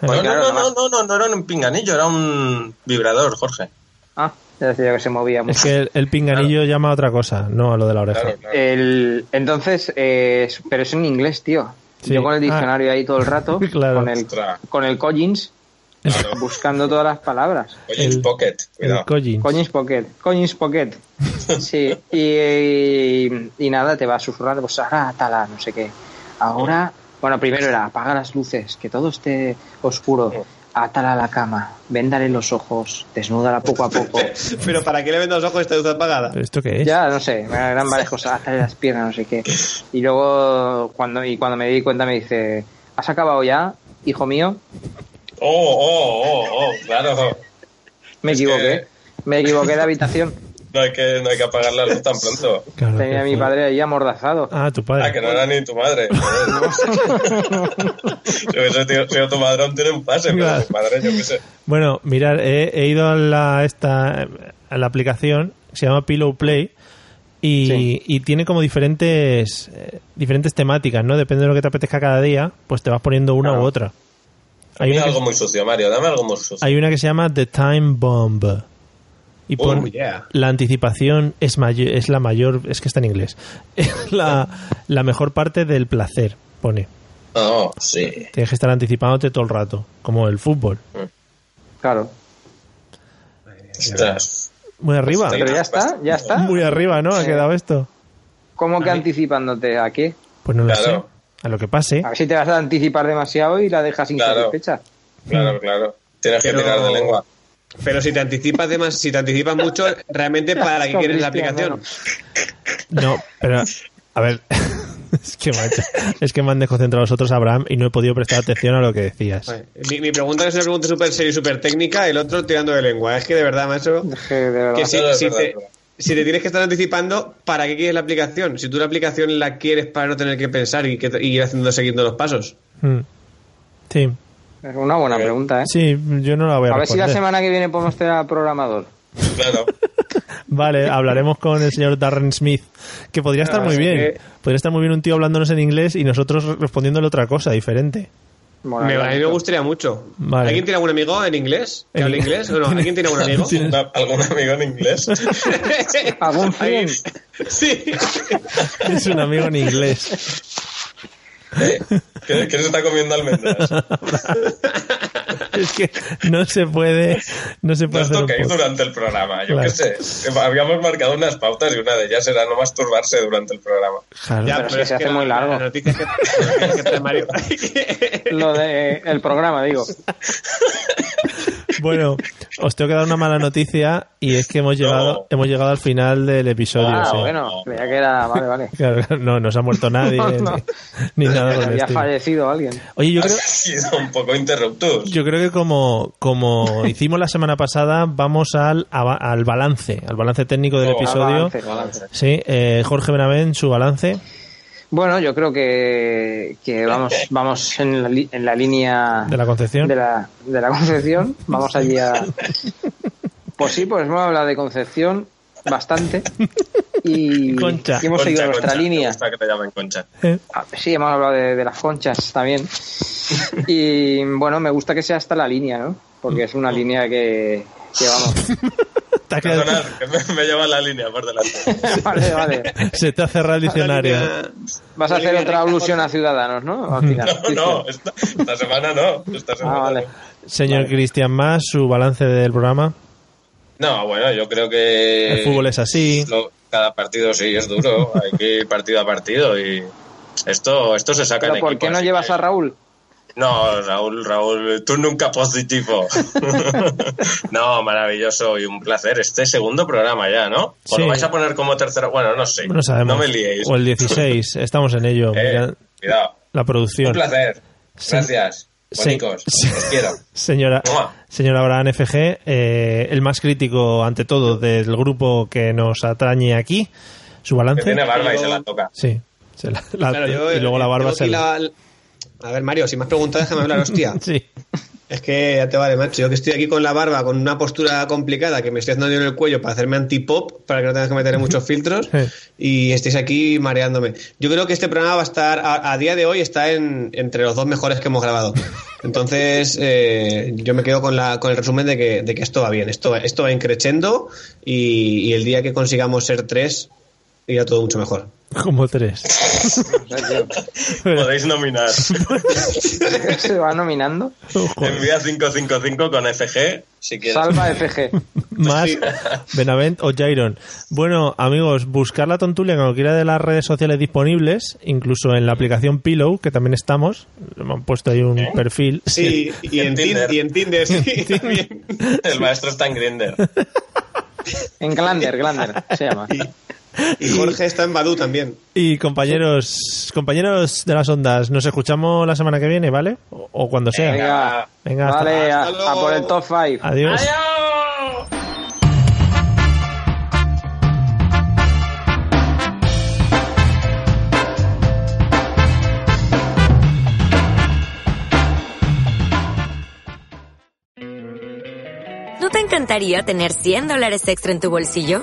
Speaker 5: No,
Speaker 3: Porque claro,
Speaker 5: no,
Speaker 3: nada
Speaker 5: no,
Speaker 3: más-
Speaker 5: no, no, no era un pinganillo, era un vibrador, Jorge.
Speaker 3: Ah, ya decía yo que se movía mucho.
Speaker 2: Es que el, el pinganillo llama a otra cosa, no a lo de la oreja.
Speaker 5: Claro, claro.
Speaker 3: El, entonces, eh, es- pero es en inglés, tío.
Speaker 2: Sí. Ah.
Speaker 3: Yo con el diccionario ahí todo el rato,
Speaker 2: Claro.
Speaker 3: con, el,
Speaker 5: Ostras,
Speaker 3: con el Collins,
Speaker 5: claro.
Speaker 3: buscando todas las palabras.
Speaker 5: Oye,
Speaker 2: El-
Speaker 5: Pocket,
Speaker 2: El
Speaker 5: cuidado.
Speaker 2: collins.
Speaker 3: Collins Pocket, Collins Pocket. Sí, y, y nada, te va a susurrar, pues ahora tala, no sé qué. Ahora, bueno, primero era apaga las luces, que todo esté oscuro. Átala a la cama, véndale los ojos, desnúdala poco a poco.
Speaker 4: Pero ¿para qué le vendo los ojos esta luz apagada?
Speaker 2: ¿Pero esto qué es?
Speaker 3: Ya, no sé, me eran varias cosas, átale las piernas, no sé qué. Y luego, cuando, y cuando me di cuenta, me dice, ¿has acabado ya, hijo mío?
Speaker 5: Oh, oh, oh, oh, claro.
Speaker 3: Me
Speaker 5: Es
Speaker 3: equivoqué,
Speaker 5: que-
Speaker 3: me equivoqué de habitación.
Speaker 5: No hay que, no hay que apagar la luz tan pronto.
Speaker 2: Claro,
Speaker 3: Tenía a
Speaker 2: qué
Speaker 3: mi
Speaker 2: fue.
Speaker 3: padre ahí amordazado.
Speaker 2: Ah, tu
Speaker 5: Ah, que
Speaker 2: padre.
Speaker 5: no era ni tu madre. joder. si hubiese sido- sido tu madre, aún tiene un pase, pero
Speaker 2: Claro.
Speaker 5: tu madre, yo qué sé.
Speaker 2: Bueno, mirad, he, he ido a la, esta, a la aplicación, se llama Pillow Play, y,
Speaker 3: Sí.
Speaker 2: y tiene como diferentes, eh, diferentes temáticas, ¿no? Depende de lo que te apetezca cada día, pues te vas poniendo una
Speaker 3: Claro.
Speaker 2: u otra. Hay
Speaker 5: Dame
Speaker 2: una,
Speaker 5: algo
Speaker 2: que,
Speaker 5: muy sucio, Mario, dame algo muy sucio.
Speaker 2: hay una que se llama The Time Bomb. Y
Speaker 5: Oh,
Speaker 2: pon,
Speaker 4: Oh, yeah.
Speaker 2: la anticipación es, mayo- es la mayor, es que está en inglés, es la, la mejor parte del placer, pone.
Speaker 5: Oh, sí.
Speaker 2: Tienes que estar anticipándote todo el rato, como el fútbol.
Speaker 3: Claro.
Speaker 5: Ostras.
Speaker 2: Muy arriba,
Speaker 3: Pero ya está, ya está.
Speaker 2: muy arriba, ¿no? Ha quedado esto.
Speaker 3: ¿Cómo que anticipándote? ¿A qué?
Speaker 2: Pues no lo
Speaker 5: Claro.
Speaker 2: sé, a lo que pase.
Speaker 3: A ver si te vas a anticipar demasiado y la dejas
Speaker 5: Claro.
Speaker 3: insatisfecha.
Speaker 5: Claro, claro. Tienes que
Speaker 4: Pero-
Speaker 5: tirar de lengua.
Speaker 4: Pero si te anticipas de más- si te anticipas mucho, realmente para qué quieres la
Speaker 3: Cristiano,
Speaker 4: aplicación.
Speaker 2: No, pero, a ver, es que, macho, es que me han desconcentrado los otros, Abraham, y no he podido prestar atención a lo que decías.
Speaker 4: Vale. Mi, mi pregunta es una pregunta súper seria y súper técnica, el otro tirando de lengua. Es que de verdad, macho,
Speaker 3: Que de verdad.
Speaker 4: que si,
Speaker 5: No, es
Speaker 4: si
Speaker 5: verdad,
Speaker 4: te,
Speaker 5: es verdad.
Speaker 4: si te tienes que estar anticipando, ¿para qué quieres la aplicación? Si tú la aplicación la quieres para no tener que pensar y, que, y ir haciendo, siguiendo los pasos.
Speaker 2: Mm. Sí,
Speaker 3: Es una buena pregunta, ¿eh?
Speaker 2: sí, yo no la voy a,
Speaker 3: A ver si la
Speaker 2: responder.
Speaker 3: semana que viene podemos tener al programador.
Speaker 5: Claro.
Speaker 2: Vale, hablaremos con el señor Darren Smith, que podría estar muy
Speaker 4: Así
Speaker 2: bien.
Speaker 4: que-
Speaker 2: Podría estar muy bien un tío hablándonos en inglés y nosotros respondiéndole otra cosa diferente.
Speaker 3: Mola,
Speaker 4: Me- a mí me
Speaker 3: mucho.
Speaker 4: gustaría mucho.
Speaker 2: Vale.
Speaker 4: ¿Alguien tiene algún amigo en inglés? ¿Que
Speaker 2: En-
Speaker 4: hable inglés? ¿O no? ¿Alguien tiene algún amigo?
Speaker 5: Una- ¿Algún amigo en inglés?
Speaker 3: ¿Algún friend?
Speaker 4: Sí.
Speaker 2: Es un amigo en inglés.
Speaker 5: Eh, ¿Que que se está comiendo almendras?
Speaker 2: Es que no se puede, no se
Speaker 5: No
Speaker 2: puede
Speaker 5: os
Speaker 2: hacer un
Speaker 5: toquéis
Speaker 2: podcast.
Speaker 5: durante el programa, yo
Speaker 2: Claro.
Speaker 5: qué sé. Habíamos marcado unas pautas y una de ellas era no masturbarse durante el programa.
Speaker 2: Claro.
Speaker 3: pero es que se hace muy largo.
Speaker 4: La noticia es que, la noticia es que trae Mario.
Speaker 3: Lo de el programa, digo.
Speaker 2: Bueno, os tengo que dar una mala noticia y es que hemos llegado, hemos llegado al final del episodio.
Speaker 3: Ah,
Speaker 2: sí.
Speaker 3: bueno, creía que era. Vale, vale.
Speaker 2: Claro, no, no se ha muerto nadie,
Speaker 3: No, no.
Speaker 2: ni, ni nada por el
Speaker 3: Había
Speaker 2: estilo.
Speaker 3: fallecido alguien.
Speaker 2: Oye, yo
Speaker 5: Ha
Speaker 2: creo,
Speaker 5: sido un poco interruptus.
Speaker 2: yo creo que como, como hicimos la semana pasada, vamos al, ava- al balance, al balance técnico del
Speaker 5: Oh,
Speaker 2: episodio.
Speaker 3: Avance, avance.
Speaker 2: Sí, eh, Jorge Benavent, su balance.
Speaker 3: Bueno, yo creo que, que vamos, vamos en la, li- en la línea
Speaker 2: De la Concepción.
Speaker 3: de la, de la Concepción. Vamos allí a. Pues sí, pues hemos hablado de Concepción bastante. Y,
Speaker 2: Concha.
Speaker 3: y hemos seguido
Speaker 5: Concha,
Speaker 3: nuestra
Speaker 5: Concha, Me
Speaker 3: línea.
Speaker 5: gusta que te llamen Concha.
Speaker 2: Eh,
Speaker 3: Ah, Sí, hemos hablado de, de las conchas también. Y bueno, me gusta que sea hasta la línea, ¿no? Porque es una línea que, que vamos.
Speaker 2: te ha quedado-
Speaker 5: Perdonad, que me, me lleva la línea por delante.
Speaker 3: Vale, vale.
Speaker 2: se te ha cerrado el diccionario.
Speaker 3: Vas a hacer otra alusión a Ciudadanos, ¿no? Al final.
Speaker 5: No, no, esta, esta semana no. Esta semana
Speaker 3: Ah, vale.
Speaker 5: no.
Speaker 2: Señor Cristian Más, su balance del programa.
Speaker 5: No, bueno, yo creo que.
Speaker 2: El fútbol es así.
Speaker 5: lo- cada partido sí es duro. Hay que ir partido a partido y. Esto, esto se saca
Speaker 3: Pero
Speaker 5: en
Speaker 3: ¿por
Speaker 5: equipo,
Speaker 3: qué no
Speaker 5: así
Speaker 3: llevas
Speaker 5: que-
Speaker 3: a Raúl?
Speaker 5: No, Raúl, Raúl, tú nunca positivo. no, maravilloso y un placer. Este segundo programa ya, ¿no? O
Speaker 2: Sí.
Speaker 5: lo vais a poner como tercero. Bueno, no sé.
Speaker 2: No sabemos.
Speaker 5: me liéis.
Speaker 2: O el 16, estamos en ello.
Speaker 5: Eh,
Speaker 2: Mira
Speaker 5: cuidado.
Speaker 2: la producción.
Speaker 5: Un placer.
Speaker 2: Sí.
Speaker 5: Gracias.
Speaker 2: Sí.
Speaker 5: Bonicos.
Speaker 2: Sí.
Speaker 5: Os quiero.
Speaker 2: Señora,
Speaker 5: Mua.
Speaker 2: señora Abraham FG, eh, el más crítico ante todo del grupo que nos atañe aquí, su
Speaker 5: Que tiene
Speaker 2: balance.
Speaker 5: barba y
Speaker 4: Pero-
Speaker 5: se la toca.
Speaker 2: Sí, se la- la-
Speaker 4: Claro, yo,
Speaker 2: y luego la
Speaker 4: eh,
Speaker 2: barba
Speaker 4: tengo
Speaker 2: se
Speaker 4: aquí
Speaker 2: la...
Speaker 4: la- A ver, Mario, si me has preguntado, déjame hablar, hostia.
Speaker 2: Sí,
Speaker 4: Es que ya te vale, macho. Yo que estoy aquí con la barba, con una postura complicada que me estoy haciendo yo en el cuello para hacerme anti-pop, para que no tengas que meterle muchos filtros,
Speaker 2: Sí.
Speaker 4: y estéis aquí mareándome. Yo creo que este programa va a estar, a, a día de hoy, está en, entre los dos mejores que hemos grabado. Entonces, eh, yo me quedo con, la, con el resumen de que, de que esto va bien, esto, va- esto va increciendo, y, y el día que consigamos ser tres, irá todo mucho mejor.
Speaker 2: como tres.
Speaker 5: Podéis nominar.
Speaker 3: se va nominando.
Speaker 2: Ojo.
Speaker 5: Envía 555 con FG si quieres.
Speaker 3: Salva FG.
Speaker 2: Más Benavent o Jairon. Bueno, amigos, buscar la tontulia en cualquiera de las redes sociales disponibles, incluso en la aplicación Pillow, que también estamos. Me han puesto ahí un perfil.
Speaker 4: ¿Eh? Sí, y en, Tin-
Speaker 5: Tinder.
Speaker 4: y en Tinder, sí, también.
Speaker 5: El maestro está en Grinder.
Speaker 3: En Glander, Glander se llama.
Speaker 4: Y Jorge está en Badu también.
Speaker 2: Y compañeros, compañeros de las ondas, nos escuchamos la semana que viene, ¿vale? O, o cuando sea.
Speaker 3: Venga,
Speaker 2: Venga, hasta-
Speaker 3: vale, a,
Speaker 4: hasta
Speaker 3: a por el
Speaker 4: luego.
Speaker 3: top 5.
Speaker 2: Adiós.
Speaker 7: ¿No te encantaría tener 100 dólares extra en tu bolsillo?